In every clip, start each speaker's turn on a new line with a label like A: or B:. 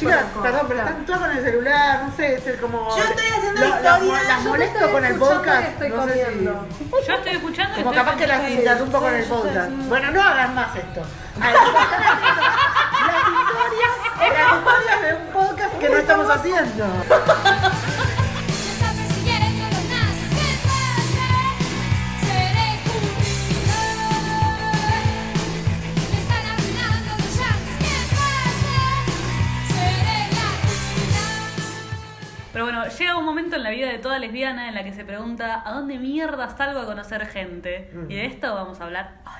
A: Chicas, perdón, pero están todas con el celular, no sé, es el como.
B: Yo estoy haciendo
A: la- la-
B: historia,
A: Las
B: yo
A: molesto con el podcast.
C: Estoy
A: no sé si-
C: comiendo.
D: Yo estoy escuchando y
A: Como
D: estoy
A: capaz que las
D: pensando-
A: interrumpo con el podcast. Bueno, no hagas más esto. Las historias, las historias de un podcast que no estamos haciendo.
E: Me está persiguiendo los nazis del placer, seré jubilado. Me están arruinando los yankees del placer, seré la
D: Pero bueno, llega un momento en la vida de toda lesbiana en la que se pregunta ¿a dónde mierda salgo a conocer gente? Y de esto vamos a hablar hoy.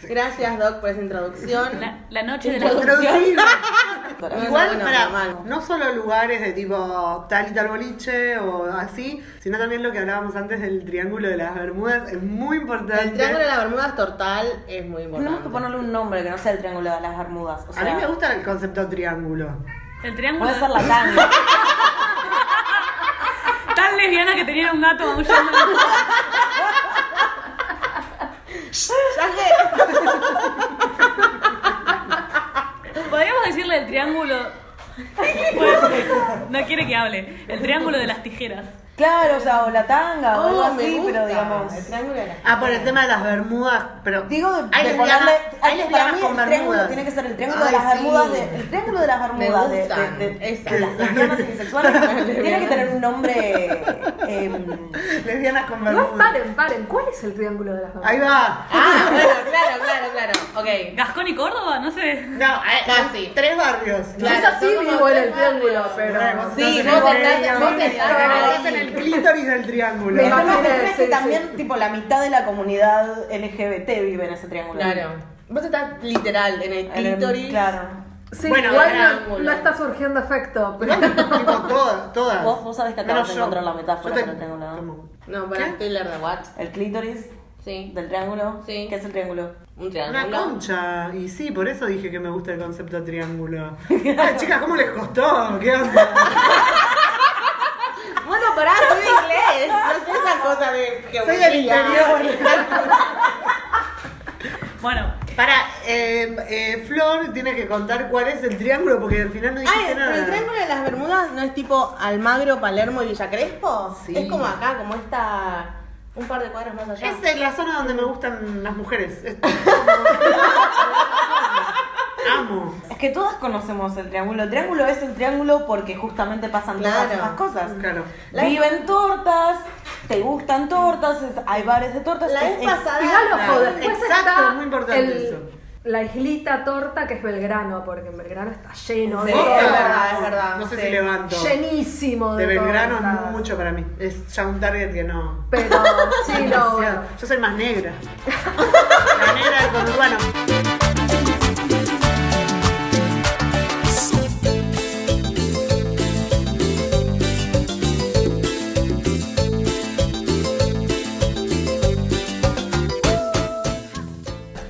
B: Gracias, Doc, por esa introducción.
D: La, la noche de la
A: Introducible.
B: Bueno,
A: Igual,
B: bueno,
A: pará,
B: normal.
A: no solo lugares de tipo tal y tal boliche o así, sino también lo que hablábamos antes del triángulo de las Bermudas, es muy importante.
B: El triángulo de las Bermudas tortal es muy importante.
F: Tenemos que ponerle un nombre que no sea el triángulo de las Bermudas. O sea,
A: A mí me gusta el concepto triángulo.
D: El triángulo.
F: Puede ser la tanga.
D: Tan lesbiana que tenía un gato maullando. Podríamos decirle el triángulo. Bueno, no quiere que hable. El triángulo de las tijeras.
F: claro, o sea, o la tanga o algo
B: Oh, me
F: así,
B: gusta.
F: pero digamos.
B: El triángulo de las
A: Ah, por el tema de las Bermudas, pero.
F: Digo, de,
A: Hay
F: de
A: lesbianas-
F: ponerle.
A: hay
F: hay- para
A: lesbianas
F: mí
A: con
F: el triángulo
A: Bermudas.
F: tiene que ser el triángulo
B: Ay,
F: de las
B: sí.
F: Bermudas. de- el triángulo de las Bermudas. de- de-
B: gustan.
F: de- de-
B: Esas.
F: las lesbianas bisexuales.
B: Las
F: tiene que
B: lesbianas.
F: tener un nombre. em,
A: Lesbianas con
C: No,
A: Bermudas.
C: paren, paren. ¿Cuál es el triángulo de las Bermudas?
A: Ahí va.
B: Ah, bueno, claro, claro, claro. Ok. Ah,
D: Gascón y Córdoba, no sé.
A: No, eh,
B: Casi.
A: Tres barrios. ¿no?
B: Claro,
C: es así
B: son como
C: vivo en el
B: tres
C: triángulo,
B: barrios.
C: pero.
A: Bueno, vos
B: Sí,
A: estás en
B: vos
A: el
B: estás-
A: medio,
B: vos estás-
A: estás en el clítoris del triángulo.
C: Me
F: El tema
C: Imagínate,
F: es que
C: sí,
F: también,
C: sí.
F: tipo, la mitad de la comunidad LGBT vive en ese triángulo.
B: Claro. Vos estás literal en el
F: En el-
B: clítoris.
F: Claro.
C: Sí,
A: Bueno,
C: igual no- no,
B: triángulo.
C: está surgiendo efecto, pero.
A: Tipo, todas, todas.
F: Vos- vos sabés que acabas
A: Menos
F: de
A: yo.
F: encontrar la metáfora
A: Yo
F: que no tengo nada.
A: ¿Cómo?
B: No, para Taylor de What?
F: El clítoris
B: Sí.
F: del triángulo.
B: Sí.
F: ¿Qué es el triángulo?
B: Un
A: Una
B: triángulo.
A: concha. Y sí, por eso dije que me gusta el concepto triángulo. Ay, chicas, ¿cómo les costó? ¿Qué onda?
B: Bueno, pará, soy de inglés. No sé esa cosa de
A: Soy del interior.
D: Bueno,
A: Para, eh, Flor tiene que contar cuál es el triángulo porque al final no
B: Ah,
A: dijiste
B: pero
A: nada.
B: el triángulo de las Bermudas no es tipo Almagro, Palermo y Villa Crespo.
A: Sí.
B: Es como acá, como esta. un par de cuadras más allá.
A: Es en la zona donde me gustan las mujeres. Es- Amo.
F: Es que todas conocemos el triángulo. El triángulo es el triángulo porque justamente pasan
B: Claro.
F: todas esas cosas.
A: Claro.
F: La- Viven tortas, te gustan tortas, es- hay bares de tortas.
B: La
F: es-
B: vez
F: es-
B: pasada-
C: Igual ojo,
A: Claro,
C: después
A: exacto,
C: está
A: es muy importante
C: el-
A: eso.
C: la islita torta que es Belgrano, porque en Belgrano está lleno de
B: Sí, es
C: tortas.
B: verdad, es verdad,
A: No sé
B: sí.
A: si levanto.
C: Llenísimo
A: De
C: de,
A: Belgrano
C: tortas.
A: es mucho para mí. Es ya un target que no.
C: Pero sí, no, bueno.
A: Demasiado. Yo soy más negra. La negra del conurbano.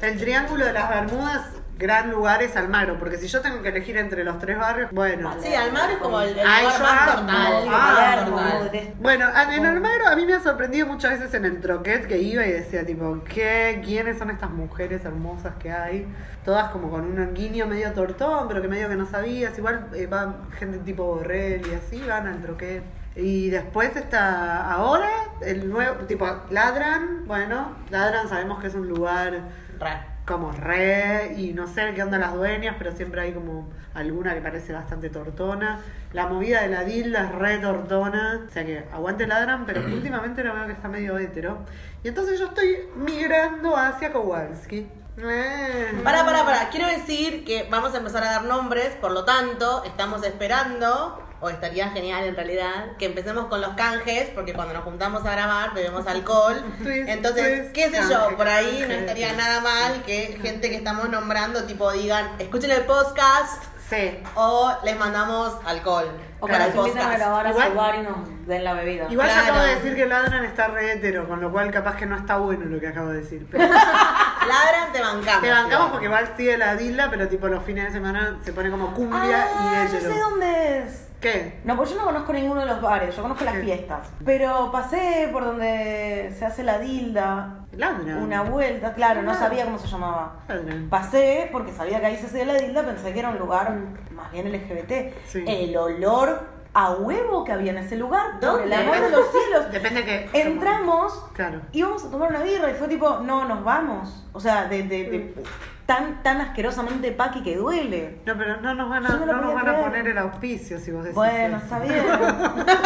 A: El Triángulo de las Bermudas, gran lugar es Almagro, porque si yo tengo que elegir entre los tres barrios, bueno.
B: Sí, Almagro es como el, el
A: Ay,
B: lugar
A: yo
B: más
A: amo.
B: tortal.
A: Ah,
B: el lugar tortal.
F: detesto.
A: Bueno, a- en Almagro a mí me ha sorprendido muchas veces en el troquet que iba y decía tipo, ¿qué? ¿Quiénes son estas mujeres hermosas que hay? Todas como con un guiño medio tortón, pero que medio que no sabías. Igual eh, van gente tipo Borrell y así, van al troquet. Y después está ahora, el nuevo, tipo, ladran, bueno, ladran sabemos que es un lugar
B: Ra.
A: como re y no sé qué onda las dueñas, pero siempre hay como alguna que parece bastante tortona. La movida de la dilda es re tortona, o sea que aguante ladran, pero últimamente lo veo que está medio hétero. Y entonces yo estoy migrando hacia Kowalski. Eh.
B: Pará, pará, pará. Quiero decir que vamos a empezar a dar nombres, por lo tanto, estamos esperando, o estaría genial en realidad, que empecemos con los canjes, porque cuando nos juntamos a grabar bebemos alcohol.
A: Twist,
B: Entonces,
A: twist,
B: qué sé
A: canje,
B: yo, por ahí no
A: canje.
B: estaría nada mal que gente que estamos nombrando, tipo, digan, escuchen el podcast
A: Sí.
B: o les mandamos alcohol.
F: O
B: para
F: para
B: el
F: que empiecen a
B: podcast.
F: grabar a
A: Igual-
F: su bar y nos den la bebida.
A: Igual
B: Claro.
A: yo acabo de decir que ladran está re hétero, con lo cual capaz que no está bueno lo que acabo de decir. pero-
B: Ladran, te bancamos.
A: Te bancamos
B: igual.
A: porque va sigue la dilda, pero tipo los fines de semana se pone como cumbia
F: ah,
A: y
F: yo
A: hétero.
F: sé dónde es.
A: ¿Qué?
F: No, pues yo no conozco ninguno de los bares, yo conozco las
A: Sí.
F: fiestas. Pero pasé por donde se hace la dilda,
A: Ladra.
F: una vuelta, claro, no
A: Ah.
F: sabía cómo se llamaba.
A: Ladra.
F: Pasé porque sabía que ahí se hacía la dilda, pensé que era un lugar más bien LGBT.
A: Sí.
F: El olor a huevo que había en ese lugar, por el
B: ¿Dónde?
F: amor de los cielos.
A: Depende que.
F: Entramos,
A: Claro.
F: íbamos a tomar una birra y fue tipo, no, nos vamos. O sea, de, de- de- tan, tan asquerosamente paqui que duele.
A: No, pero no nos van a,
F: Yo no lo
A: no nos
F: podía
A: van a
F: creer.
A: poner el auspicio si vos decís.
F: Bueno,
A: eso.
F: está bien. Pero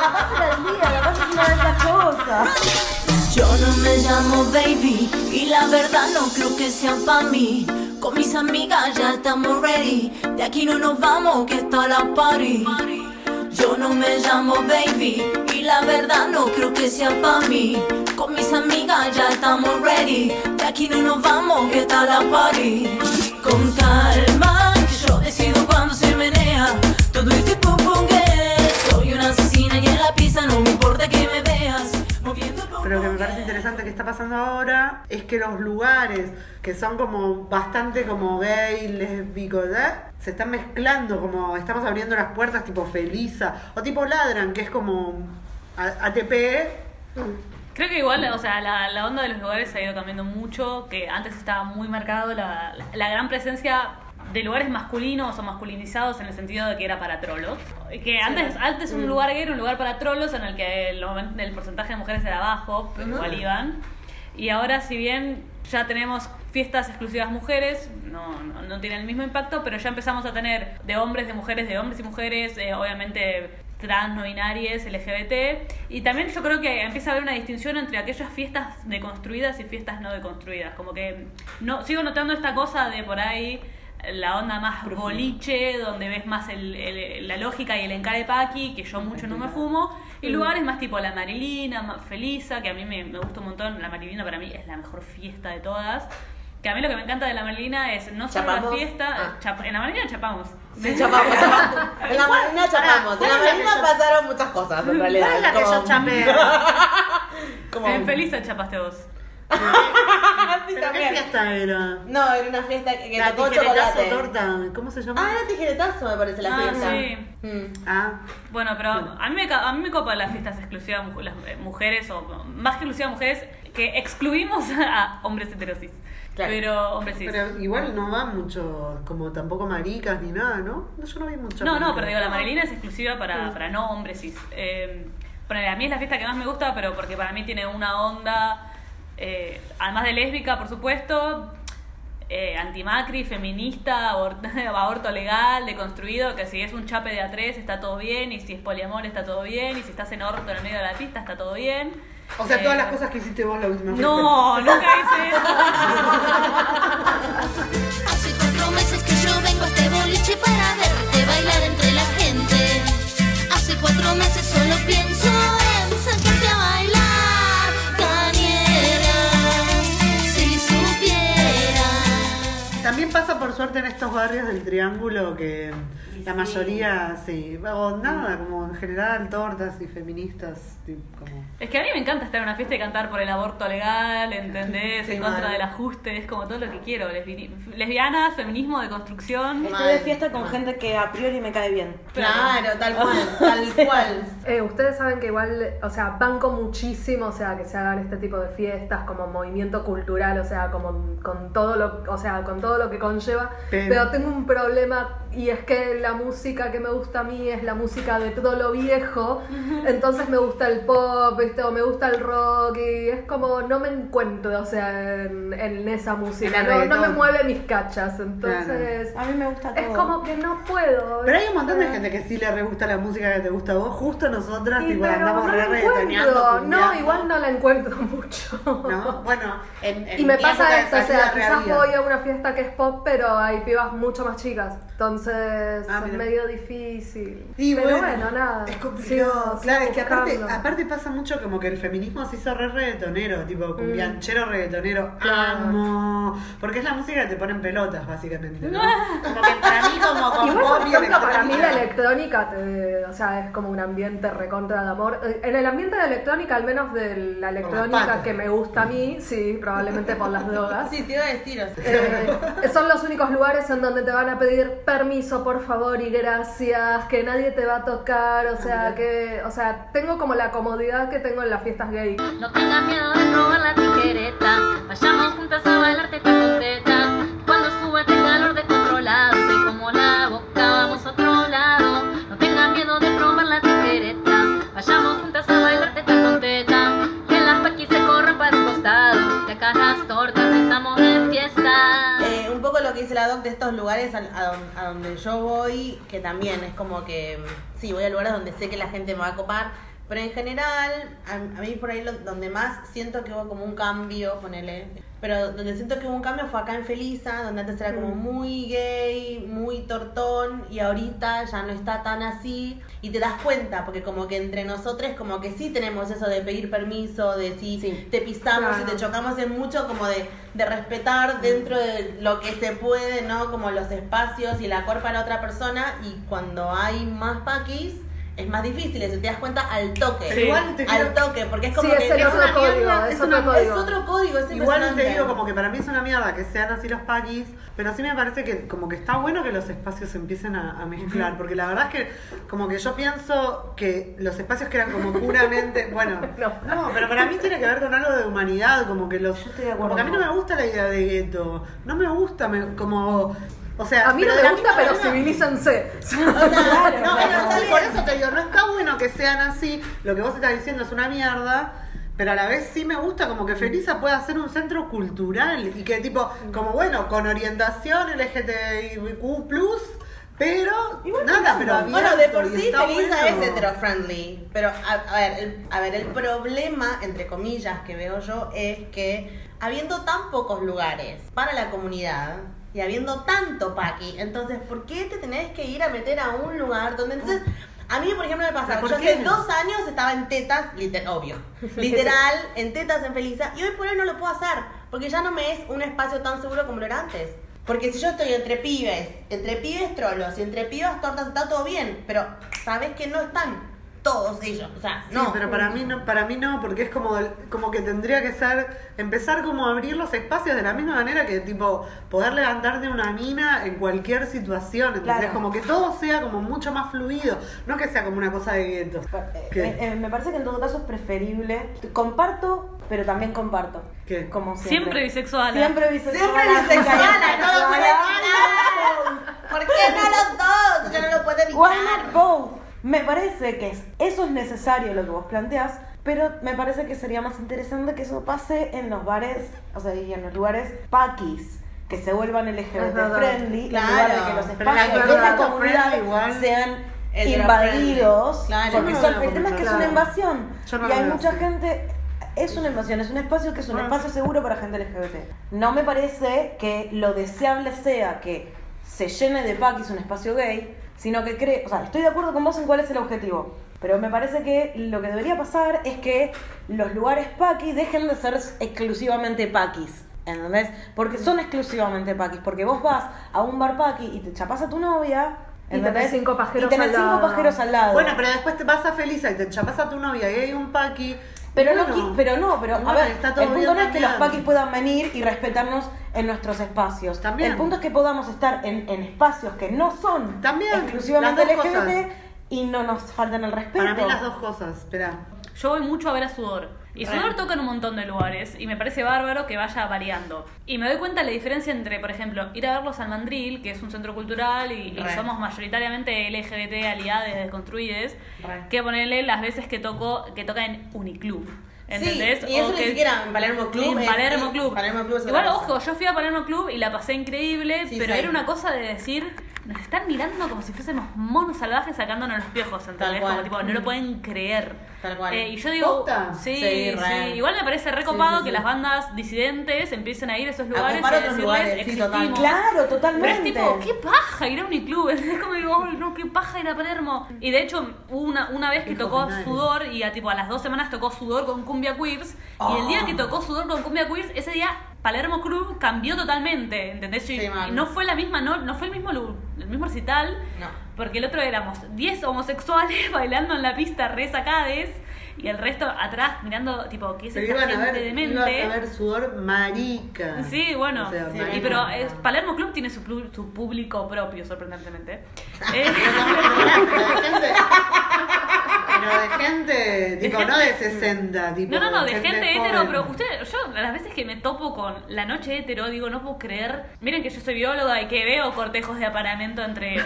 F: capaz era el día, capaz es una de esas cosas.
G: Yo no me llamo baby y la verdad no creo que sea pa' mí. Con mis amigas ya estamos ready. De aquí no nos vamos que está la party. Yo no me llamo baby y la verdad no creo que sea pa' mí. Con mis amigas ya estamos ready. De aquí no nos vamos que está la party. Con calma que yo decido cuando se menea. Todo este pupungue. Soy una asesina y en la pista no me importa que me veas. Moviendo el
A: Pero lo que me parece
G: pupungue.
A: interesante que está pasando ahora es que los lugares que son como bastante como gay, lésbico, ¿eh? se están mezclando, como estamos abriendo las puertas tipo Feliza o tipo Ladran, que es como A- ATP.
D: Creo que igual, o sea, la, la onda de los lugares ha ido cambiando mucho, que antes estaba muy marcado la, la gran presencia de lugares masculinos o masculinizados en el sentido de que era para trolos. Que antes, antes un lugar gay era un lugar para trolos en el que el, momen- el porcentaje de mujeres era bajo, pero igual iban. Y ahora si bien ya tenemos fiestas exclusivas mujeres, no, no, no tiene el mismo impacto, pero ya empezamos a tener de hombres, de mujeres, de hombres y mujeres, eh, obviamente trans, no binarias, LGBT. Y también yo creo que empieza a haber una distinción entre aquellas fiestas deconstruidas y fiestas no deconstruidas. Como que no sigo notando esta cosa de por ahí la onda más boliche, donde ves más el- el- la lógica y el encare paqui, que yo mucho no me fumo, y
B: Mm.
D: lugares más tipo la Marilina, más Felisa, que a mí me, me gusta un montón, la Marilina para mí es la mejor fiesta de todas, que a mí lo que me encanta de la Marilina es no solo la
B: ¿Chapamos?
D: fiesta,
B: Ah.
D: chap- en la Marilina chapamos,
B: Sí, chapamos, chapamos. En la marina chapamos. En la
A: ¿Cuál es la
B: marina
A: que yo-
B: pasaron muchas cosas, en realidad.
A: ¿Cuál es la que
B: Como-
A: yo chapé?
B: como-
D: en Felisa chapaste vos.
B: Ah, sí,
A: ¿Pero qué
B: también.
A: fiesta era?
B: No, era una fiesta que, que
A: La
B: tocó
A: tijeretazo
B: chocolate.
A: torta, ¿cómo se llama?
B: Ah, era tijeretazo, me parece la
D: Ah,
B: fiesta.
D: sí.
B: Mm.
A: Ah,
D: Bueno, pero a mí me, ca- a mí me copan las fiestas exclusivas mu- las eh, mujeres, o más que exclusivas mujeres, que excluimos a hombres heterosis.
B: Claro.
D: Pero hombres cis.
A: pero igual no va mucho, como tampoco maricas ni nada, ¿no? No, yo no vi mucho.
D: no, no, pero digo, la Marilina es exclusiva para, para no hombres cis. Eh, ponele, a mí es la fiesta que más me gusta, pero porque para mí tiene una onda, eh, además de lésbica, por supuesto, eh, antimacri, feminista, abor- aborto legal, deconstruido, que si es un chape de A3 está todo bien, y si es poliamor está todo bien, y si estás en orto en el medio de la pista está todo bien.
A: O sea, todas
D: Eh,
A: las cosas que hiciste vos la última vez.
D: No, nunca hice eso.
E: Hace cuatro meses que yo vengo a este boliche para verte bailar entre la gente. Hace cuatro meses solo pienso en sacarte a bailar, cañera, si supieras.
A: También pasa por suerte en estos barrios del Triángulo que la mayoría, sí, o nada, como en general tortas y feministas, sí, como...
D: Es que a mí me encanta estar en una fiesta y cantar por el aborto legal, ¿entendés?
B: Sí,
D: en contra
B: mal.
D: del ajuste, es como todo lo que quiero. Lesbi- lesbianas, feminismo, deconstrucción.
F: Estoy de fiesta con gente que a priori me cae bien.
B: Claro, tal cual, tal cual.
C: Eh, ustedes saben que igual, o sea, banco muchísimo, o sea, que se hagan este tipo de fiestas como movimiento cultural, o sea, como con todo lo, o sea, con todo lo que conlleva.
A: Pero-
C: Pero, tengo un problema y es que la música que me gusta a mí es la música de todo lo viejo. Entonces me gusta el pop, ¿viste? o me gusta el rock y es como no me encuentro, o sea, en, en esa música.
A: En el
C: No, no me
A: reggaetón.
C: mueve mis cachas, entonces
F: A mí me gusta todo.
C: es como que no puedo.
A: Pero hay un montón de gente que sí le re gusta la música que te gusta a vos, justo nosotras,
C: Sí,
A: Ah, tipo,
C: pero
A: andamos
C: no
A: re
C: la
A: reggaetoneando,
C: encuentro. No,
A: cumbiando.
C: igual no la encuentro mucho.
A: No, bueno, en, en
C: Y me
A: mi época
C: pasa
A: de
C: esto, o
A: salida
C: sea,
A: re
C: quizás
A: había.
C: voy a una fiesta que es pop, pero hay pibas mucho más chicas. Entonces
A: Ah,
C: es
A: mira.
C: medio difícil.
A: Y
C: pero bueno, nada.
A: Es complicado.
C: sigo-
A: claro,
C: sigo
A: es que aparte,
C: buscando.
A: aparte pasa mucho como que el feminismo se hizo re reggaetonero, tipo cumbianchero reggaetonero.
C: Mm. Claro.
A: Amo. Porque es la música que te ponen pelotas, básicamente. ¿no? Como que para mí, como con
C: Igual, por
A: pop y
C: ejemplo, para mí la
A: electrónica.
C: electrónica, te- o sea, es como un ambiente recontra de amor. Eh, En el ambiente de electrónica, al menos de la
A: patas.
C: electrónica que me gusta a mí, sí, probablemente por las drogas.
B: Sí, te iba a decir, o sea.
C: Eh, son los únicos lugares en donde te van a pedir permiso permiso, por favor, y gracias, que nadie te va a tocar, o sea, que, o sea, tengo como la comodidad que tengo en las fiestas gay.
H: No tengas miedo de robar la tijereta. Vayamos juntas a bailarte esta completa. Cuando suba este calor descontrolado, y como la boca vamos a otro lado. No tengas miedo de probar la tijereta. Vayamos juntas a bailarte esta completa. Que las paquis se corran para un costado. Que acá las tortas estamos en fiesta.
B: Eh, un poco lo que dice la doc de estos lugares a, a don- a donde yo voy, que también es como que, mm, sí, voy a lugares donde sé que la gente me va a copar, pero en general, a, a mí por ahí lo- donde más siento que hubo como un cambio, ponele, pero donde siento que hubo un cambio fue acá en Felisa, donde antes era como muy gay, muy tortón, y ahorita ya no está tan así, y te das cuenta, porque como que entre nosotros como que sí tenemos eso de pedir permiso, de si te pisamos, si te
C: Claro.
B: chocamos es mucho como de, de respetar dentro de lo que se puede, ¿no? Como los espacios y la cuerpa de la otra persona. Y cuando hay más paquis, es más difícil. Eso te das cuenta al toque.
D: Sí.
A: Igual te quiero-
B: Al toque, porque es como
C: Sí,
B: que
C: es el otro
B: una
C: código,
B: mierda,
C: es
B: es,
C: otro
B: una-
C: código.
B: es otro código, es
A: Igual te
B: impresionante.
A: digo como que para mí es una mierda que sean así los paquis, pero sí me parece que como que está bueno que los espacios se empiecen a, a mezclar, porque la verdad es que como que yo pienso que los espacios que eran como puramente, bueno, no, pero para mí tiene que ver con algo de humanidad, como que los,
F: estoy de acuerdo
A: como que a mí no
F: con
A: me gusta la idea de gueto, no me gusta, me- como, o sea,
C: A mí no
A: de
C: me
A: la
C: gusta,
A: misma
C: pero
A: manera-
C: civilícense.
A: o sea, no,
F: claro.
A: pero tal- por eso te digo, no está bueno que sean así. Lo que vos estás diciendo es una mierda. Pero a la vez sí me gusta como que Felisa pueda ser un centro cultural y que tipo, como bueno, con orientación LGTBIQ+, pero
F: Igual
A: nada, pero abierto.
B: Bueno, de por
A: y
B: sí,
A: está
B: Felisa
A: bueno.
B: es hetero-friendly. Pero, a, a ver, el, a ver, el problema, entre comillas, que veo yo es que habiendo tan pocos lugares para la comunidad y habiendo tanto paqui, entonces, ¿por qué te tenés que ir a meter a un lugar donde entonces... A mí, por ejemplo, me pasa,
A: ¿Pero por
B: yo hace
A: qué?
B: dos años estaba en tetas, liter- obvio, literal, en tetas en Felisa, y hoy por hoy no lo puedo hacer, porque ya no me es un espacio tan seguro como lo era antes. Porque si yo estoy entre pibes, entre pibes trolos y entre pibas tortas, está todo bien, pero sabes que no están todos ellos, o sea,
A: Sí,
B: no.
A: pero para mí no, para mí no, porque es como, del- como que tendría que ser, empezar como a abrir los espacios de la misma manera que tipo poder levantarte una mina en cualquier situación, ¿entendés?
F: Claro.
A: Como que todo sea como mucho más fluido, no que sea como una cosa de gueto. ¿Qué?
F: Eh, eh, me parece que en todo caso es preferible. Comparto, pero también comparto.
A: ¿Qué?
F: Como siempre.
D: Siempre bisexual.
F: Siempre bisexual.
B: Siempre bisexual, no lo puedo evitar. ¿Por qué no los dos? Yo no lo puedo
F: Why
B: evitar.
F: not both? Me parece que es- eso es necesario lo que vos planteas, pero me parece que sería más interesante que eso pase en los bares, o sea, y en los lugares paquis, que se vuelvan
A: Ah,
C: Es verdad.
F: LGBT friendly,
B: Claro.
F: en lugar de que los
A: Pero la
F: espacios de
A: cultura
F: esa comunidad
A: friendly igual.
F: sean
B: Hetero friendly.
F: invadidos,
B: Claro.
F: porque
A: Yo no
F: son-
A: lo veo
F: el tema es que es una
A: como-
F: invasión,
A: Yo no
F: y
A: lo
F: hay
A: veo
F: mucha
A: así.
F: gente... Es una invasión, es un espacio que es un
A: Ah.
F: espacio seguro para gente LGBT. No me parece que lo deseable sea que se llene de paquis un espacio gay, sino que cree, o sea, estoy de acuerdo con vos en cuál es el objetivo, pero me parece que lo que debería pasar es que los lugares paquis dejen de ser exclusivamente paquis. ¿Entendés? Porque son exclusivamente paquis. Porque vos vas a un bar paqui y te chapás a tu novia.
C: Y
F: ¿entendés?
C: tenés cinco pajeros
F: Y tenés
C: al
F: cinco
C: lado.
F: pajeros al lado.
A: Bueno, pero después te vas a Felisa y te chapas a tu novia y hay un paqui.
F: Pero no,
A: Bueno,
F: qui- pero no, pero a
A: bueno,
F: ver,
A: está
F: el
A: todo
F: punto no
A: bien
F: es que los
A: también.
F: paquis puedan venir y respetarnos en nuestros espacios.
A: También.
F: El punto es que podamos estar en, en espacios que no son
A: También,
F: exclusivamente
A: las
F: LGBT
A: dos
F: y no nos faltan el respeto.
A: Para mí las dos cosas, espera.
D: Yo voy mucho a ver a Sudor. Y Sudor toca en un montón de lugares y me parece bárbaro que vaya variando. Y me doy cuenta la diferencia entre, por ejemplo, ir a verlos al Mandril, que es un centro cultural y, y
B: Re.
D: somos mayoritariamente LGBT, aliades, desconstruides, que ponerle las veces que toco que toca en Uniclub. ¿Entendés?
B: Sí, y eso
D: O
B: ni
D: que-
B: siquiera en Palermo Club.
D: en
B: es-
D: Palermo
B: sí,
D: Club.
B: Palermo Club es
D: Igual,
B: otra cosa.
D: ojo, yo fui a Palermo Club y la pasé increíble,
B: Sí,
D: pero
B: sí.
D: era una cosa de decir, nos están mirando como si fuésemos monos salvajes sacándonos los piojos,
B: Tal
D: ¿entendés?
B: cual.
D: Como tipo, no lo pueden creer.
B: Tal cual.
D: Eh, y yo digo,
A: ¿Posta?
D: sí,
B: Sí,
D: sí,
B: re.
D: igual me parece recopado
B: sí,
D: que
B: sí.
D: las bandas disidentes empiecen a ir a esos lugares
B: ocupar
D: y a
B: otros
D: decirles,
B: lugares, sí,
D: existimos.
B: total.
F: Claro,
D: Pero es
F: totalmente.
D: tipo, qué paja ir a Uniclub. Es como digo, "Ay, no, qué paja ir a Palermo. Y de hecho, hubo una, una vez que tocó Sudor y a, tipo, a las dos semanas tocó Sudor con Cumbia Queers. Y el día que tocó Sudor con Cumbia Queers, ese día Palermo Club cambió totalmente. ¿Entendés? Y,
B: Sí, mal.
D: y no fue la misma, no, no fue el mismo, lu- el mismo recital.
B: No.
D: Porque el otro éramos 10 homosexuales bailando en la pista re sacades. y el resto atrás mirando, tipo, ¿qué es
A: Pero
D: esta
A: iban a
D: gente
A: ver,
D: demente?
A: iba a ver sudor marica.
D: Sí, bueno.
A: O sea,
D: sí.
A: marica.
D: Y pero es- Palermo Club tiene su, plu- su público propio, sorprendentemente. Eh,
A: Pero de gente- pero de gente, tipo, no de 60, tipo.
D: no, no, no, de gente, hetero,
A: joven.
D: pero usted, yo a las veces que me topo con la noche hetero, digo, no puedo creer. Miren que yo soy bióloga y que veo cortejos de aparamento entre.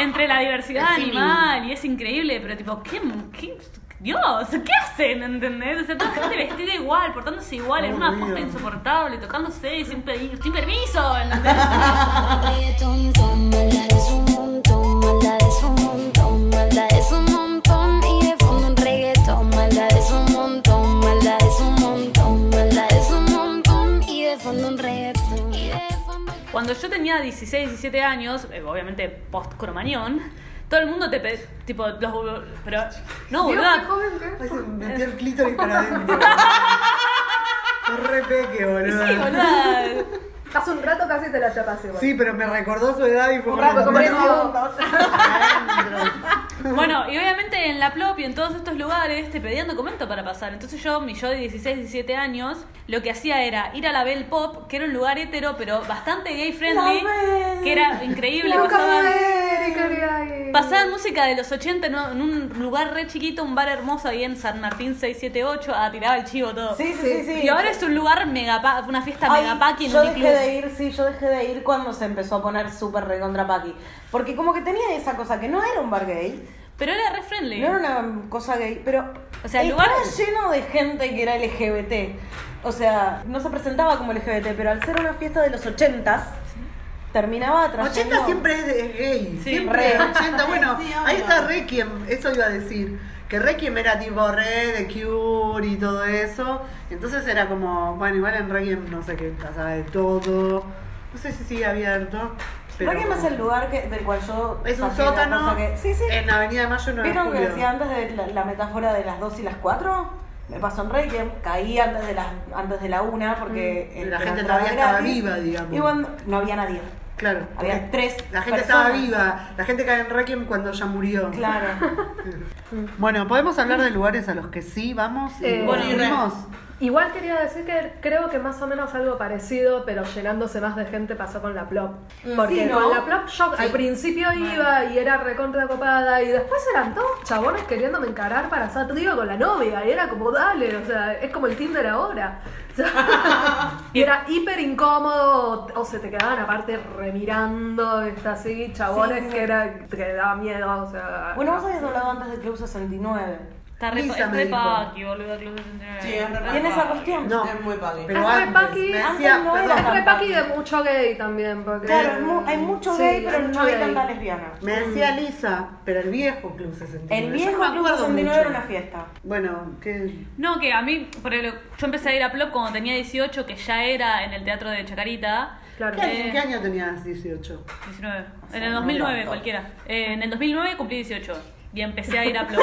D: entre la diversidad
B: Sí,
D: animal y es increíble, pero tipo, ¿qué. qué Dios, ¿qué hacen? ¿Entendés? O sea, toda gente vestida igual, portándose igual, en una
A: Aburrido.
D: posta insoportable, tocándose y sin, pedir- sin permiso, ¿entendés?
E: Reggaetón, son maldades un montón, maldades un montón, maldades un montón y de fondo un reggaetón, maldades un montón, maldades un montón, maldades un montón y de fondo un reggaetón. Y de fondo
D: Cuando yo tenía 16, 17 años, eh, obviamente post cromañón, todo el mundo te pe- tipo los bol- pero no,
C: Dios,
D: boluda.
C: qué joven que es.
A: Ay, se me metió el clítoris para adentro. Fue re peque, boludo.
D: Sí, boluda.
F: Ah.
C: Hace un rato casi te la chapaste. igual.
A: Sí, pero me recordó su edad y fue
C: Un rato, como
A: para
C: tres segundos.
A: adentro.
D: Bueno, y obviamente en la plop y en todos estos lugares te pedían documento para pasar. Entonces yo, mi yo de 16, 17 años, lo que hacía era ir a la Bell Pop, que era un lugar hétero, pero bastante gay friendly, que era increíble.
C: Loca
D: pasaban-
C: mujer, caray.
D: Pasaban música de los 80 en un- en un lugar re chiquito, un bar hermoso ahí en San Martín 678. Ah, tiraba el chivo todo.
F: Sí, sí, sí, sí.
D: Y ahora es un lugar mega pa- una fiesta
F: Ay,
D: mega paqui en
F: yo
D: un
F: dejé
D: club.
F: de ir, sí, yo dejé de ir cuando se empezó a poner súper recontra paqui. Porque como que tenía esa cosa que no era un bar gay,
D: Pero era re friendly.
F: no era una cosa gay, pero
D: O sea, el
F: estaba
D: lugar-
F: lleno de gente que era LGBT. O sea, no se presentaba como LGBT, pero al ser una fiesta de los ochentas, terminaba atrayendo...
A: 80 siempre es, es gay.
D: Sí,
A: siempre
F: re.
A: 80. Bueno,
F: Sí, obvio.
A: ahí está Requiem, eso iba a decir. Que Requiem era tipo re de Cure y todo eso. Entonces era como, bueno, igual en Requiem no sé qué pasaba de todo. No sé si sigue abierto. Pero
F: Requiem es el lugar que, del cual yo...
A: Es un
F: saqué la
A: sótano
F: cosa que- Sí, sí.
A: en Avenida de Mayo 9 de
F: ¿Vieron que
A: Julio.
F: decía antes de la, la metáfora de las 2 y las 4? Me pasó en Requiem, caí antes de, las, antes de la 1 porque...
A: Mm.
F: eh,
A: La gente
F: entrada
A: todavía
F: era
A: estaba
F: gratis.
A: viva, digamos.
F: Y cuando- no había nadie.
A: Claro.
F: Había
A: porque
F: tres
A: La gente
F: personas.
A: estaba viva. La gente cae en Requiem cuando ya murió.
F: Claro.
A: Bueno, podemos hablar de lugares a los que sí vamos y
C: Eh,
A: bueno,
C: sí, re. Igual quería decir que creo que más o menos algo parecido, pero llenándose más de gente pasó con la plop.
F: Mm,
C: Porque
F: sí, ¿no?
C: con la plop yo al principio iba y era recontra copada y después eran todos chabones queriéndome encarar para hacer trío con la novia y era como dale, o sea, es como el Tinder ahora. O sea, y era hiper incómodo, o se te quedaban aparte remirando, ¿viste? así, chabones
F: Sí, sí.
C: que era que daba miedo, o sea.
F: Bueno, vos habías hablado antes de Club 69.
D: Está re,
A: Lisa
D: es
A: me
D: re
A: dijo.
D: paqui, boludo, Club 69.
B: Sí, es re paqui.
F: Tiene esa cuestión.
A: No.
B: Es muy paqui.
A: Pero
C: Ah, Es re
A: antes,
C: paqui.
A: me
F: Antes
A: decía,
F: no era
A: perdón,
C: es repaqui de mucho gay también, porque.
F: Claro, es mu- hay mucho
C: Sí,
F: gay, pero
C: hay
F: no
C: mucho
F: hay
C: gay.
F: tanta lesbiana.
A: Me decía Lisa, pero el viejo Club 69.
F: El
A: Yo
F: viejo
A: no me
F: Club
A: acuerdo
F: 69
A: mucho.
F: era una fiesta.
A: Bueno, que
D: No, que a mí, por ejemplo, yo empecé a ir a Plop cuando tenía 18, que ya era en el teatro de Chacarita.
C: Claro.
A: ¿Qué,
F: Eh,
A: año- qué año tenías 18?
D: 19.
F: sea,
D: En el
F: no
D: 2009,
F: tanto.
D: cualquiera. Eh, en el 2009 cumplí 18 y empecé a ir a Plop.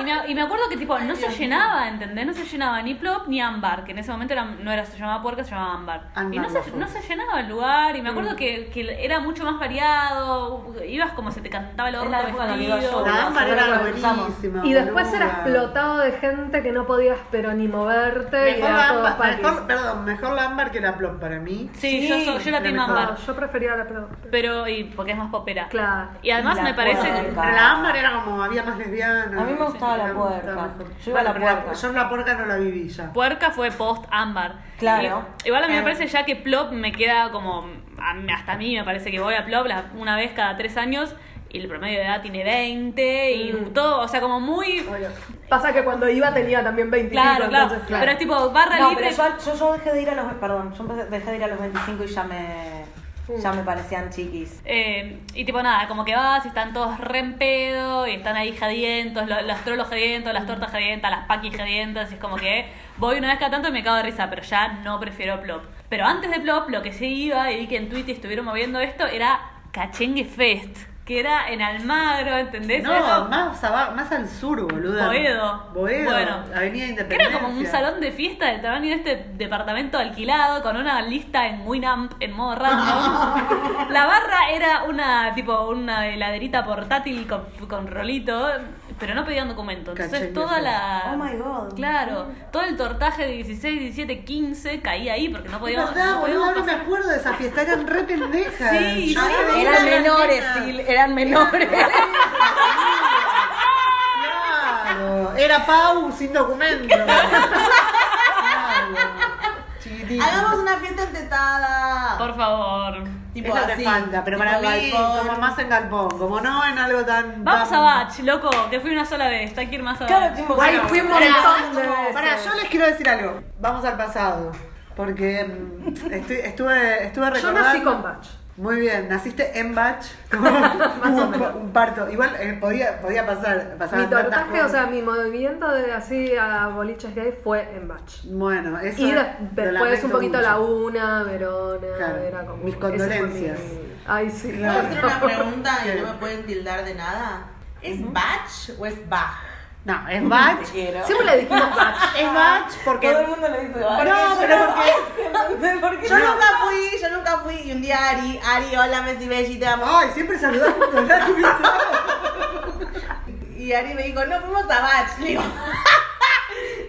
D: y, me, y me acuerdo que tipo no se llenaba, ¿entendés? No se llenaba ni Plop ni Ámbar, que en ese momento era- no era, se llamaba Puerca, se llamaba Ámbar.
A: Ámbar,
D: Y no se,
A: bajo.
D: no se llenaba el lugar y me acuerdo que, que era mucho más variado, ibas como se te cantaba el
F: Es
D: orto
F: la época en la que iba
D: vestido.
F: yo.
A: La ámbar era
F: seguro que usamos.
A: buenísima.
C: Y después
A: boluda.
C: era explotado de gente que no podías pero ni moverte y
A: Mejor
C: era
A: la
C: todo
A: ámbar,
C: paquis.
A: mejor, perdón, mejor la ámbar que la plop para mí.
D: Sí,
F: Sí,
D: yo, soy- yo
A: la
D: la tengo
A: mejor.
D: Ámbar.
C: No, Ah, yo prefería la pelota.
D: Pero, y porque es más popera.
C: Claro.
D: Y además
F: Y la
D: me parece
F: puerca.
D: que-
A: Pero la ámbar era como, había más lesbianas.
F: A mí me gustaba la
A: me
F: puerca.
A: gustaba mejor.
F: Yo iba a la
A: Bueno, pero
F: puerca.
A: Yo en la puerca no la viví ya.
D: Puerca fue post ámbar.
F: Claro.
D: Y- igual a mí me
F: Eh.
D: parece ya que Plop me queda como. a mí- hasta a mí me parece que voy a Plop la- una vez cada tres años y el promedio de edad tiene 20 y
F: Mm.
D: todo. O sea, como muy.
C: Obvio. Pasa que cuando iba tenía también 20
D: Claro, claro, Pero es tipo barra
F: No, pero
D: libre.
F: yo, yo, yo dejé de ir a los... Perdón, yo empecé- dejé de ir a los 25 y ya me... Ya me parecían chiquis.
D: eh, y tipo nada, como que vas y están todos re en pedo y están ahí jadientos, lo- los trolos jadientos, las tortas jadientas, las paquis jadientas. Y es como que voy una vez cada tanto y me cago de risa, pero ya no prefiero Plop. Pero antes de Plop, lo que sí iba y vi que en Twitter estuvieron moviendo esto era Cachengue Fest. que era en Almagro, ¿entendés?
A: No,
D: Era-
A: más, aba- más al sur, boluda.
D: Boedo.
A: Boedo.
D: Bueno.
A: Avenida
D: que
A: Independencia.
D: era como un salón de fiesta del tamaño de este departamento alquilado con una lista en Winamp en modo random. La barra era una tipo una heladerita portátil con, con rolito, pero no pedían documento. Entonces
A: Caché,
D: toda
A: que
D: la
F: Oh my God.
D: Claro, todo el tortaje de 16, 17, 15 caía ahí porque no
A: Es
D: podíamos,
A: verdad,
D: no
A: boluda,
D: podíamos
A: ahora me
D: pasar.
A: acuerdo de esa fiesta, eran re pendejas.
D: Sí,
A: Yo
D: sí,
A: era-
F: Eran menores, sí, eran menores.
A: Claro, era Pau sin documento. Claro, chiquitito.
B: Hagamos una fiesta entetada.
D: Por favor.
B: tipo
A: Eso te
B: así.
A: falta, pero
B: tipo
A: para mí,
B: galpón.
A: como más en galpón, como no en algo tan.
D: Vamos
A: tan-
D: a Bach, loco, que fui una sola vez, hay que ir más a
F: Claro,
D: Bach.
F: tipo,
C: Ahí
F: bueno,
C: fui un
A: Pará,
C: montón de
A: pará, pará,
C: veces.
A: yo les quiero decir algo. Vamos al pasado. Porque mm, estoy- estuve, estuve
C: Yo
A: recordando.
C: nací con Batch.
A: Muy bien, naciste en batch. Como un,
C: o menos.
A: un parto. Igual eh, podía, podía pasar. pasaban
C: Mi
A: tantas
C: tortaje, o
A: cosas.
C: sea, mi movimiento de así a boliches gay fue en Batch.
A: Bueno, eso.
C: Y de-
A: lo
C: después
A: lamento
C: un poquito
A: mucho.
C: la una, Verona,
A: Claro,
C: era como...
A: mis
C: ese fue mi-
A: condolencias.
C: Ay, sí.
A: Claro.
B: ¿Puedo hacer una pregunta y no me pueden tildar de nada? ¿Es Batch o es Bach?
A: No, es batch.
F: Quiero.
C: Siempre le dijimos Batch.
A: Es batch porque.
F: Todo el mundo le dice
A: No,
F: "Ay,
A: pero
F: porque... porque
B: Yo nunca fui, yo nunca fui. Y un día Ari, Ari, hola Messi Belli, te amo.
A: Ay, siempre saludamos. ¿verdad?
B: Y Ari me dijo, no, fuimos a Batch. Le digo,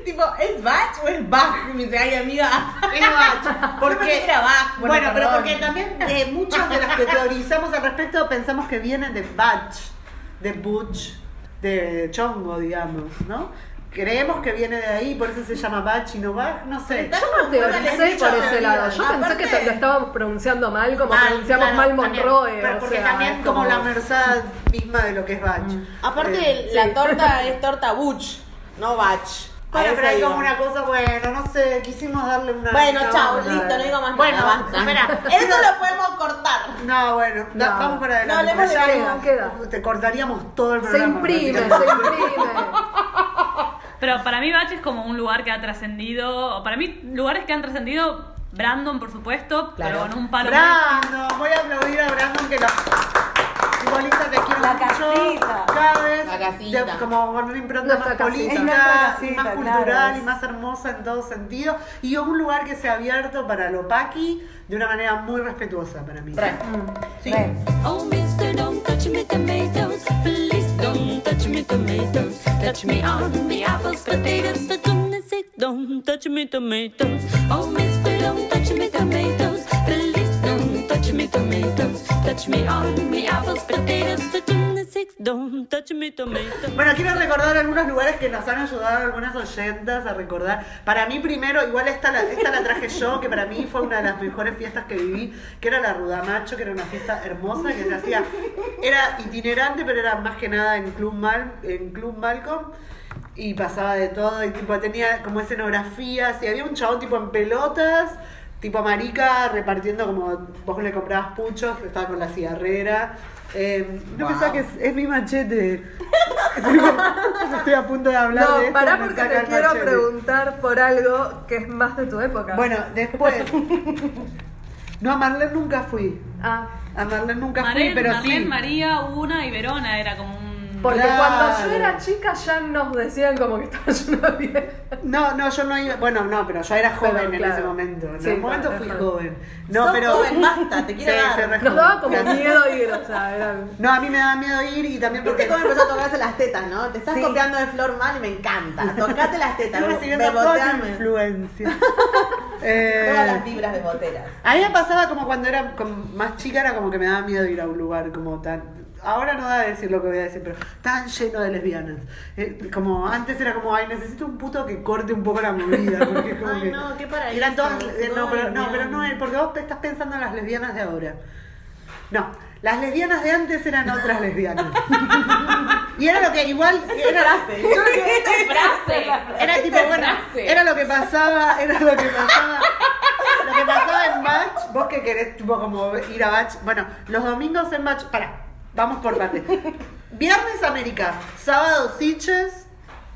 B: tipo, ¿es Batch o es Bach? Y me dice, ay amiga.
A: Es batch.
B: Yo pensé que
A: Porque.
B: era Bach.
A: Bueno, pero
B: perdón.
A: porque también de muchas de las que teorizamos al respecto pensamos que vienen de batch, de butch, de chongo, digamos, ¿no? Creemos que viene de ahí, por eso se llama batch y no batch, no sé.
B: Pero está-
C: Yo no teoricé por ese lado. Yo
B: Aparte-
C: pensé que te- lo estábamos pronunciando mal, como
A: Mal,
C: pronunciamos
A: claro,
C: mal
A: también.
C: Monroe.
A: Pero
C: o
A: porque
C: sea,
A: también
C: es
A: como la merced misma de lo que es batch. Eh,
B: Aparte, la torta es torta Butch, no Batch.
A: Bueno,
B: A
A: pero
B: eso
A: hay
B: iba.
A: como una cosa, bueno, no sé, quisimos darle una.
B: Bueno,
A: una
B: chao,
A: onda.
B: listo, no digo más
A: bueno,
B: nada, basta.
A: espera.
B: Eso lo podemos cortar.
A: No, bueno, no,
C: No.
A: vamos para
B: No,
A: adelante.
B: hablemos
A: porque ya
B: de
A: no-
C: queda.
A: Te cortaríamos todo el
C: Se
A: programa.
C: imprime, se
A: prácticamente.
C: imprime.
D: Pero para mí Bach es como un lugar que ha trascendido, para mí lugares que han trascendido, Brandon por supuesto,
B: Claro.
D: pero con un palo
A: Brandon, voy a aplaudir a Brandon que lo. Igualita, te quiero
F: La
A: mucho.
F: casita.
A: Cada vez.
B: La casita.
A: de- como con una impronta
C: Nuestra
A: más
C: casita.
A: política,
F: Es nuestra
A: sí, más
F: casita, claro.
A: cultural y más hermosa en todo sentido. Y un lugar que se ha abierto para lo paqui de una manera muy respetuosa para mí.
F: Sí.
E: Oh, mister, don't touch me tomatoes. Please don't touch me tomatoes. Touch me on the apples, potatoes. For goodness sake, don't touch me tomatoes. Oh, mister, don't touch me tomatoes. Please don't touch me tomatoes. Touch me on the apples, potatoes. For goodness sake, don't touch me tomatoes.
A: Bueno, quiero recordar algunos lugares que nos han ayudado algunas oyentas a recordar. Para mí primero, igual esta la, esta la traje yo, que para mí fue una de las mejores fiestas que viví, que era la Rudamacho, que era una fiesta hermosa que se hacía, era itinerante, pero era más que nada en Club, Mal, en Club Malcolm. Y pasaba de todo, y tipo tenía como escenografías, y había un chabón tipo en pelotas, tipo marica, repartiendo como vos le comprabas puchos, estaba con la cigarrera. Eh, no pensaba que es, es mi machete. Estoy a punto de hablar de
C: No,
A: esto,
C: pará
A: me
C: porque
A: saca
C: te
A: el
C: quiero
A: machete.
C: preguntar por algo que es más de tu época.
A: Bueno, después. No, a Marlene nunca fui.
C: Ah,
A: A Marlene nunca
D: Marlene,
A: fui, pero
D: Marlene,
A: sí.
D: María, Una y Verona era como un...
C: porque
A: Claro.
C: cuando yo era chica ya nos decían como que estaba lleno de
A: No, no, yo no iba. Bueno, no, pero yo era joven en
C: claro.
A: ese momento. En
C: Sí,
A: ese momento
C: claro,
A: fui
C: es
A: joven. No,
B: Sos
A: pero.
B: joven, basta, te quiero
A: Sí,
B: dar.
A: se re
C: Nos daba como
A: joven.
C: miedo ir, o sea, era...
A: No, a mí me daba miedo ir y también porque.
B: Viste cómo empezó a tocarse las tetas, ¿no? Te estás
A: Sí.
B: copiando de Flor mal y me encanta. Tocate las tetas,
A: Estoy recibiendo toda tu
B: beboteame.
A: influencia.
B: Todas
A: eh,
B: las vibras beboteras.
A: A mí me pasaba como cuando era como más chica, era como que me daba miedo ir a un lugar como tan. Ahora no da a decir lo que voy a decir, pero tan lleno de lesbianas. Eh, como antes era como, ay, necesito un puto que corte un poco la movida. Porque es como
B: Ay,
A: que
B: no, qué paraíso,
A: Eran todas. eh, no,
B: no,
A: pero no,
B: no.
A: pero no, eh, porque vos te estás pensando en las lesbianas de ahora. No, las lesbianas de antes eran otras lesbianas. y era lo que igual. Era, yo lo que- era tipo, bueno, era lo que pasaba, era lo que pasaba. Lo que pasaba en Match, vos que querés tipo como ir a Match, bueno, los domingos en Match, para, vamos por parte. Viernes América, sábado Sitges,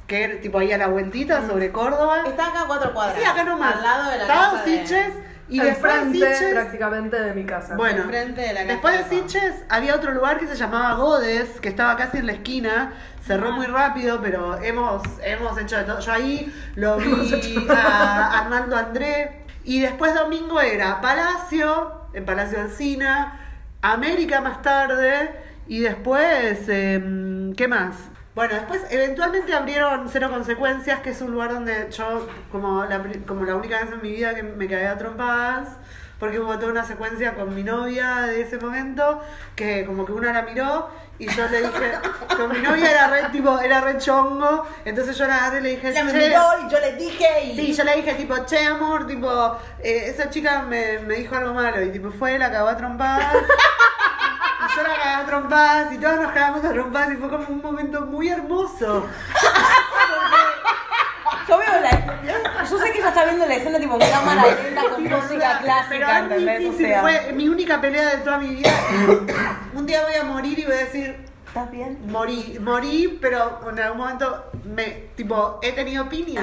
A: que era tipo ahí a la vueltita sobre Córdoba.
B: Está acá a cuatro cuadras.
A: Sí, acá nomás.
B: Al lado de la
A: sábado
B: casa de-
A: Sitges, Y después de
C: enfrente
A: Sitges-
C: prácticamente de mi casa.
A: Bueno,
B: Enfrente de la casa
A: después de
B: de Juan.
A: Sitges había otro lugar que se llamaba Godes, que estaba casi en la esquina.
B: Ah.
A: Cerró muy rápido, pero hemos, hemos hecho de todo. Yo ahí lo vi a Arnaldo André. Y después domingo era Palacio, en Palacio Alcina, América más tarde. Y después, em, ¿qué más? Bueno, después eventualmente abrieron Cero Consecuencias, que es un lugar donde yo, como la, pri- como la única vez en mi vida que me caí a trompadas, porque hubo toda una secuencia con mi novia de ese momento, que como que una la miró y yo le dije, con mi novia era re, tipo, era re chongo, entonces yo la agarré y le dije,
B: Ella me
A: "Che,
B: miró y yo le dije y...
A: Sí, yo le dije tipo, che amor, tipo, eh, esa chica me, me dijo algo malo y tipo fue, la cagó a trompadas. y yo la cagaba a trompadas y todos nos cagamos a trompadas y fue como un momento muy hermoso.
F: Yo veo la. Yo sé que ella está viendo la escena tipo en cámara lenta con música
A: Pero
F: clásica,
A: es
F: ¿entendés? O
A: difícil,
F: sea,
A: fue mi única pelea de toda mi vida. un día voy a morir y voy a decir,
F: ¿estás bien?
A: morí, morí, pero en algún momento me, tipo, he tenido piña.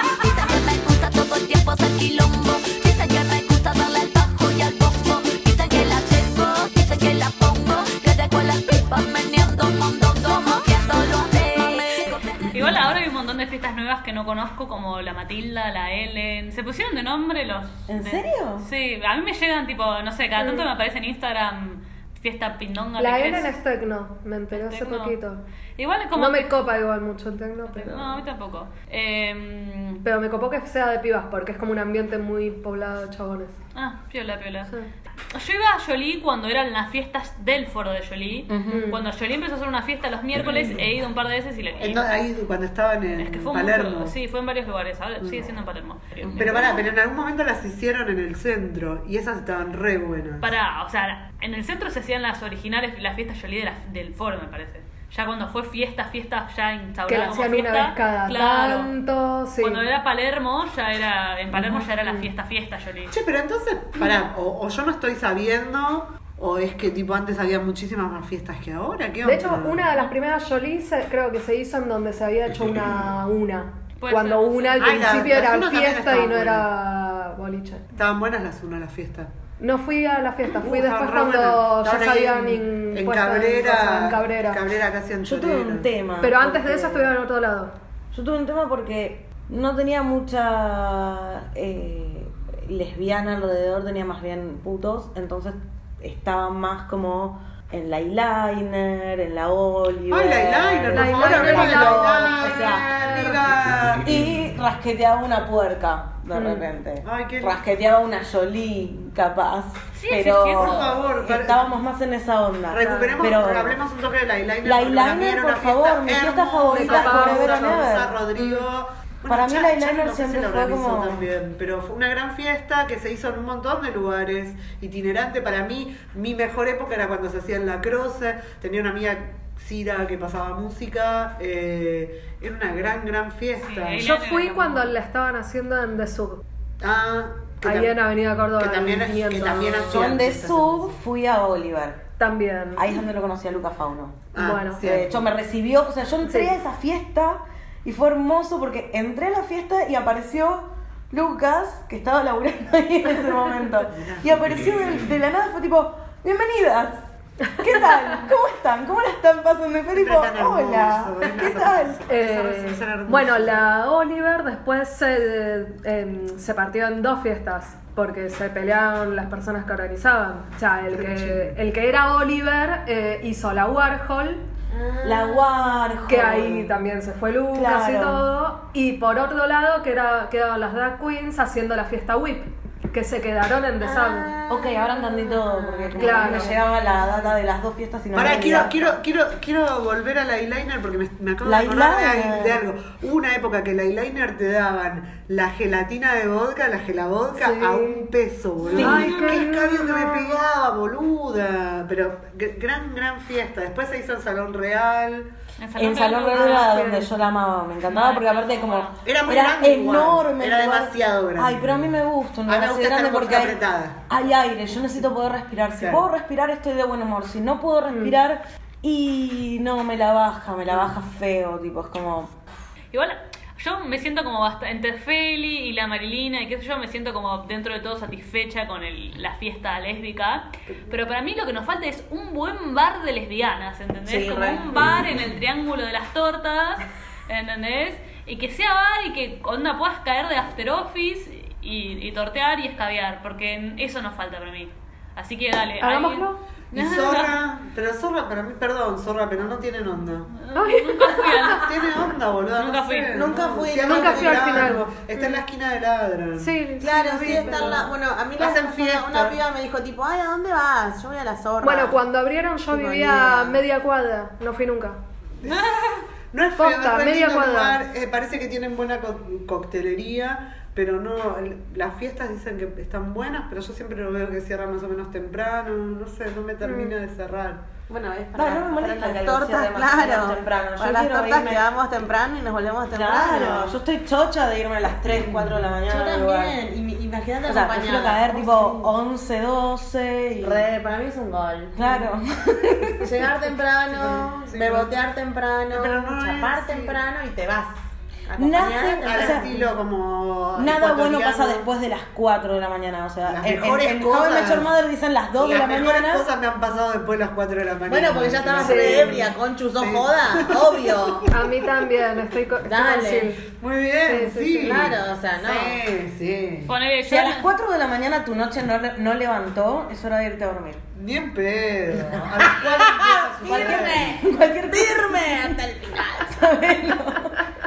E: Quizá que me gusta todo el tiempo hacer quilombo. Dicen que me gusta darle al bajo y al bombo. Dicen que la tengo, dicen que la pongo. Que dejo las pipas meneando un montón como que solo sé.
D: Igual ahora hay un montón de fiestas nuevas que no conozco, como la Matilda, la Ellen. ¿Se pusieron de nombre los...?
F: ¿En
D: de-
F: serio?
D: Sí, a mí me llegan tipo, no sé, cada tanto me aparece en Instagram fiesta pindonga.
C: la
D: que
C: Ellen
D: es-
C: es tecno, me enteré hace
D: Tecno.
C: poquito.
D: Igual como...
C: No me
D: que-
C: copa igual mucho el tecno, pero...
D: No, a mí tampoco. Eh,
C: Pero me copó que sea de pibas porque es como un ambiente muy poblado de chabones.
D: Ah, piola, piola.
C: Sí.
D: Yo iba a Jolie cuando eran las fiestas del foro de Jolie. Cuando Jolie empezó a hacer una fiesta los miércoles, he ido un par de veces y le
C: Eh,
D: Eh,
A: En do- ahí cuando estaban en
D: Es que fue
A: Palermo.
D: mucho. Sí, fue en varios lugares. Ahora sigue siendo en Palermo.
A: Pero pará, pero en algún momento las hicieron en el centro y esas estaban re buenas.
D: Pará, o sea, en el centro se hacían las originales, las fiestas Jolie de la- del foro, me parece. Ya cuando fue fiesta, fiesta ya instaurada
C: que la
D: como
C: hacían
D: fiesta.
C: una vez cada
D: claro.
C: tanto, sí.
D: Cuando era Palermo, ya era. En Palermo ya era la fiesta, fiesta Jolie.
A: Che, pero entonces, pará, o, o yo no estoy sabiendo, o es que tipo antes había muchísimas más fiestas que ahora, ¿qué onda?
C: De hecho, una de las primeras Jolie se- creo que se hizo en donde se había hecho una a una.
D: Puede
C: Cuando
D: ser,
C: una al
A: sí. Ay, Ah, la-
C: principio
A: la
C: era
A: una también
C: fiesta y
A: estaba
C: no era boliche.
A: Estaban buenas las una las fiestas.
C: No fui a la fiesta, fui
A: Uh,
C: después
A: estaban re
C: cuando
A: buenas.
C: ya se
A: Estaban ahí
C: habían
A: en, en
C: impuesto
A: Cabrera,
C: en Cabrera.
A: casi en
F: Yo tuve un
A: Chorero.
F: tema.
C: Pero antes de
F: porque-
C: eso estuvieron en otro lado.
F: Yo tuve un tema porque no tenía mucha eh, lesbiana alrededor, tenía más bien putos, entonces estaba más como en la eyeliner, en la Oliver.
A: Ay, la eyeliner, por
C: La
A: favor,
C: eyeliner,
A: hablemos de la
C: la
A: eyeliner,
F: o sea,
A: amiga.
F: Y rasqueteaba una puerca de repente.
A: Mm. Ay, qué-
F: Rasqueteaba una Jolie, capaz.
D: Sí,
F: pero
D: sí, sí,
A: por favor, para-
F: estábamos más en esa onda.
A: Recuperemos,
F: pero,
A: hablemos un toque de la eyeliner.
F: La
A: porque para
F: eyeliner,
A: mí era
F: por
A: una
F: favor, mi fiesta
A: hermosa, con
F: favorita
C: fue
A: Rosa,
F: Forever and
A: Rosa
F: Ever.
A: Rodrigo.
F: Para mí
A: Cha-
F: la
A: Cha
F: eyeliner
A: no sé
F: siempre
A: si la
F: fue
A: organizó
F: como-
A: también, pero fue una gran fiesta que se hizo en un montón de lugares, itinerante. Para mí, mi mejor época era cuando se hacía en la Croce. Tenía una amiga, Cira, que pasaba música. eh, era una gran, gran fiesta.
D: Sí,
C: Yo
D: Elena
C: fui
D: era
C: cuando
D: como-
C: la estaban haciendo en The Sub,
A: Ah, que
C: ahí
A: tam-
C: en Avenida Córdoba.
A: que también- que
C: 500.
A: también hacía-
F: Yo de sub fui a Oliver.
C: También.
F: Ahí es donde lo conocí a Luca Fauno.
A: Ah,
C: bueno.
A: sí.
F: De hecho, me recibió, o sea, yo entré
C: Sí.
F: a esa fiesta y fue hermoso porque entré a la fiesta y apareció Lucas, que estaba laburando ahí en ese momento. Y apareció de, de la nada, fue tipo, bienvenidas. ¿Qué tal? ¿Cómo están? ¿Cómo la están pasando? Y fue tipo,
A: tan hermoso,
F: hola,
A: es
F: ¿qué
A: tan
F: tal?
A: hermoso.
C: Eh,
A: Esa resolución era hermosa.
C: bueno, la Oliver después se, eh, em, se partió en dos fiestas porque se pelearon las personas que organizaban. O sea, el que, el que era Oliver eh, hizo la Warhol,
F: La Warhol.
C: que ahí también se fue Lucas y
F: Claro.
C: todo. Y por otro lado, que era, quedaban las drag queens haciendo la fiesta Whip, que se quedaron en The Sun.
F: Ok, ahora entendí todo, porque como
C: Claro.
F: que no llegaba la data de las dos fiestas y no
A: Ahora
F: había
A: quiero,
F: data.
A: quiero, quiero, quiero volver al eyeliner porque me, me acabo
F: La
A: de acordar de,
F: eyeliner.
A: al- de algo. Hubo una época que el eyeliner te daban la gelatina de vodka, la gelavodka
C: Sí.
A: a un peso, boludo.
F: Sí.
A: Ay,
C: Ay,
A: qué
C: qué
A: escabio que me
C: lindo.
A: pegaba, boluda. Pero gr- gran, gran fiesta. Después se hizo el Salón Real.
F: En
D: Real-
F: Salón Verde era
C: Ah,
F: donde
C: sí.
F: yo la amaba, me encantaba porque aparte como
A: Era muy grande igual,
F: enorme, el
A: era
F: lugar.
A: demasiado grande.
F: Ay, pero a mí me gusta, un
A: A mí me
F: lugar así
A: gusta estar
F: grande
A: con
F: porque
A: boca
F: hay,
A: apretada.
F: hay aire, yo necesito poder respirar. Si
A: Claro. Mm.
F: puedo respirar estoy de buen humor, si no puedo respirar y no me la baja, me la baja feo, tipo es como
D: Igual, Yo me siento como bast- entre Feli y la Marilina y qué sé yo, me siento como dentro de todo satisfecha con el- la fiesta lésbica. Pero para mí lo que nos falta es un buen bar de lesbianas, ¿entendés?
F: Sí,
D: como
F: re.
D: un bar en el triángulo de las tortas, ¿entendés? Y que sea bar y que onda puedas caer de after office y, y tortear y escabear, porque eso nos falta para mí. Así que dale.
C: Hagámoslo.
A: Y zorra, pero zorra para mí, perdón, zorra, pero no tienen onda.
C: Ay.
A: Tiene onda, boludo.
D: Nunca fui.
F: Nunca fui.
C: Nunca fui al final.
A: Está en la esquina de ladra.
C: Sí,
B: Claro,
C: lo vi,
B: sí, está
C: pero-
B: la. Bueno, a mí la
A: Hacen
B: una-
A: fiesta.
B: una piba me dijo, tipo, ay, ¿a dónde vas? Yo voy a la zorra.
C: Bueno, cuando abrieron yo
B: Tipo,
C: vivía a
B: ni idea.
C: media cuadra, no fui nunca.
A: No es feo,
C: Posta,
A: es re lindo
C: media
A: el
C: cuadra.
A: lugar, eh, parece que tienen buena co- coctelería, pero no. el- Las fiestas dicen que están buenas, pero yo siempre lo veo que cierran más o menos temprano. No sé, no me termina de cerrar.
B: Bueno, es para,
F: No, no me
B: para
F: molesta que
B: las
F: algo
B: tortas,
F: cierre más
B: claro.
F: temprano. Yo
B: Para las
F: quiero
B: tortas
F: irme-
B: que vamos temprano y nos volvemos temprano.
F: Claro, yo estoy chocha de irme a las 3,
A: Mm.
F: 4 de la mañana.
B: Yo
F: al lugar.
B: también. y mi- Imagínate
F: O sea, prefiero
B: acompañada.
F: caer
B: Oh,
F: tipo 11, 12 y...
B: sí. Re, para mí es un gol.
F: Claro.
B: Llegar temprano,
A: Sí, sí.
B: bebotear temprano,
A: Pero no
B: chapar
A: es- sí.
B: temprano y te vas.
F: Nada-
B: Acompañada
A: Al
B: temprano.
F: sea,
A: estilo como.
F: Nada bueno
A: ecuatoriano.
F: pasa después de las 4 de la mañana. O sea,
A: Las
F: en- en,
A: mejores
F: en How I
A: cosas.
F: Met Your Mother dicen las 2 de la
A: Las mejores
F: mañana.
A: cosas me han pasado después de las 4 de la mañana.
B: Bueno, porque ya estabas
A: Sí.
B: re ebria, Conchus, no
A: Sí.
B: joda, obvio.
C: A mí también, estoy co- estoy con
B: Dale.
C: Sil.
A: Muy bien,
C: Sí,
A: sí.
C: sí, sí,
B: claro, o sea, no.
A: Sí, sí.
D: Ponele,
F: Si
D: yo
F: a las 4 de la mañana tu noche no, le- no levantó, es hora de irte a dormir.
A: Ni en pedo. A las 4 empieza su
B: Firme,
F: Cualquier
B: firme hasta el final.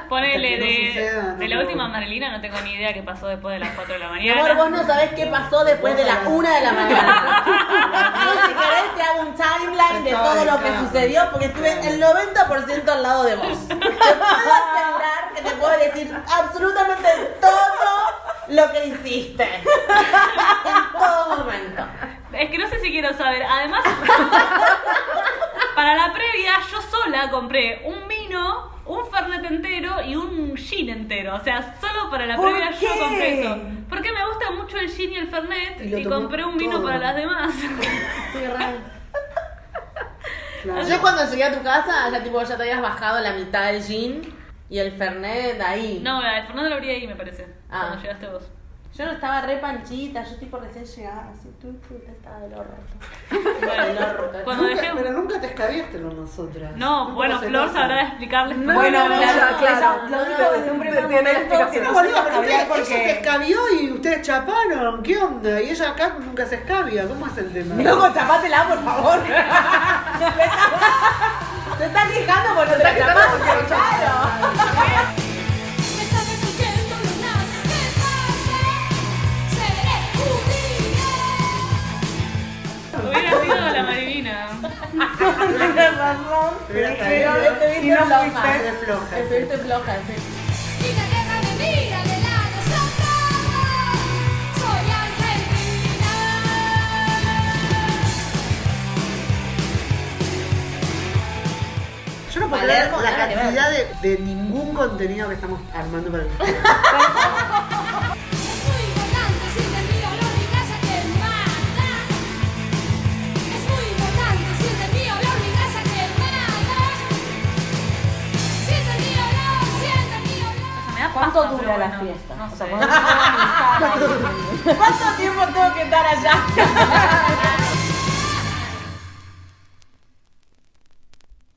D: Ponele,
A: Hasta que no
D: de,
A: suceda, no
D: de la
A: puedo.
D: última Marilina no tengo ni idea qué pasó después de las 4 de la
B: Mi amor, vos
D: mañana.
B: no sabés qué pasó después de las 1 de la mañana. Yo, si querés, te hago un timeline de todo lo que sucedió porque estuve el 90% al lado de vos. Te puedo asegurar que te puedo decir absolutamente todo lo que hiciste. En todo momento.
D: Es que no sé si quiero saber. Además, para la previa yo sola compré un vino, un fernet entero y un gin entero. O sea, solo para la
F: ¿Por
D: previa
F: qué?
D: yo compré eso. Porque me gusta mucho el gin y el fernet
A: Y
D: y,
A: lo tomó
D: compré un vino
A: todo.
D: para las demás.
A: Claro.
B: Yo cuando llegué a tu casa, ya tipo ya te habías bajado la mitad del gin y el Fernet ahí.
D: No, la de Fernando lo abrí ahí, me parece.
B: Ah.
D: Cuando llegaste vos.
B: Yo no estaba re panchita, yo tipo recién llegaba así, tú, tú, te estaba del orto. Bueno, del orto.
D: Cuando dejé.
A: Pero nunca te escabiaste con nosotras.
D: No,
A: Nunca
D: bueno,
A: pasé
D: Flor
A: nada.
D: sabrá explicarles.
C: No,
F: Bueno,
C: no, no,
F: claro,
C: ya, claro.
F: lo digo desde un primer
C: Tiene la
F: momento que
C: explicación.
A: No,
F: no se
A: boludo,
F: va a
A: pero
F: cambiar
A: ella, ella se
F: porque...
A: escabió y ustedes chaparon. ¿Qué onda? Y ella acá nunca se escabia. ¿Cómo es el tema?
F: Loco, chapátela, por favor.
B: Te estás quejando por lo que
C: Está quitando porque lo chapa.
E: Me está persiguiendo una serpiente. Seré
D: Hubiera
E: judía.
D: sido la Marilina.
F: Tienes razón.
A: Hubiera
F: Pero
A: salido.
F: este
A: Y
F: viste
A: no
F: es la
A: fuiste
F: más.
A: de floja.
B: Estuviste floja, sí.
E: Y la guerra me mira de la nosotros. Soy argentina.
A: Yo no puedo creer
B: Palermo,
A: la
B: nada que ver.
A: cantidad de, de ningún contenido que estamos armando para el
E: Es muy importante si te miro lo mi casa que mata. Es muy importante si te miro lo mi casa que mata. Si te miro lo, si te miro lo.
D: Me da
F: ¿Cuánto
D: paja,
F: dura
D: pero
F: la
D: bueno,
F: fiesta?
D: no
F: O sea,
D: sé.
F: ¿cuánto- ¿Cuánto tiempo tengo que estar allá?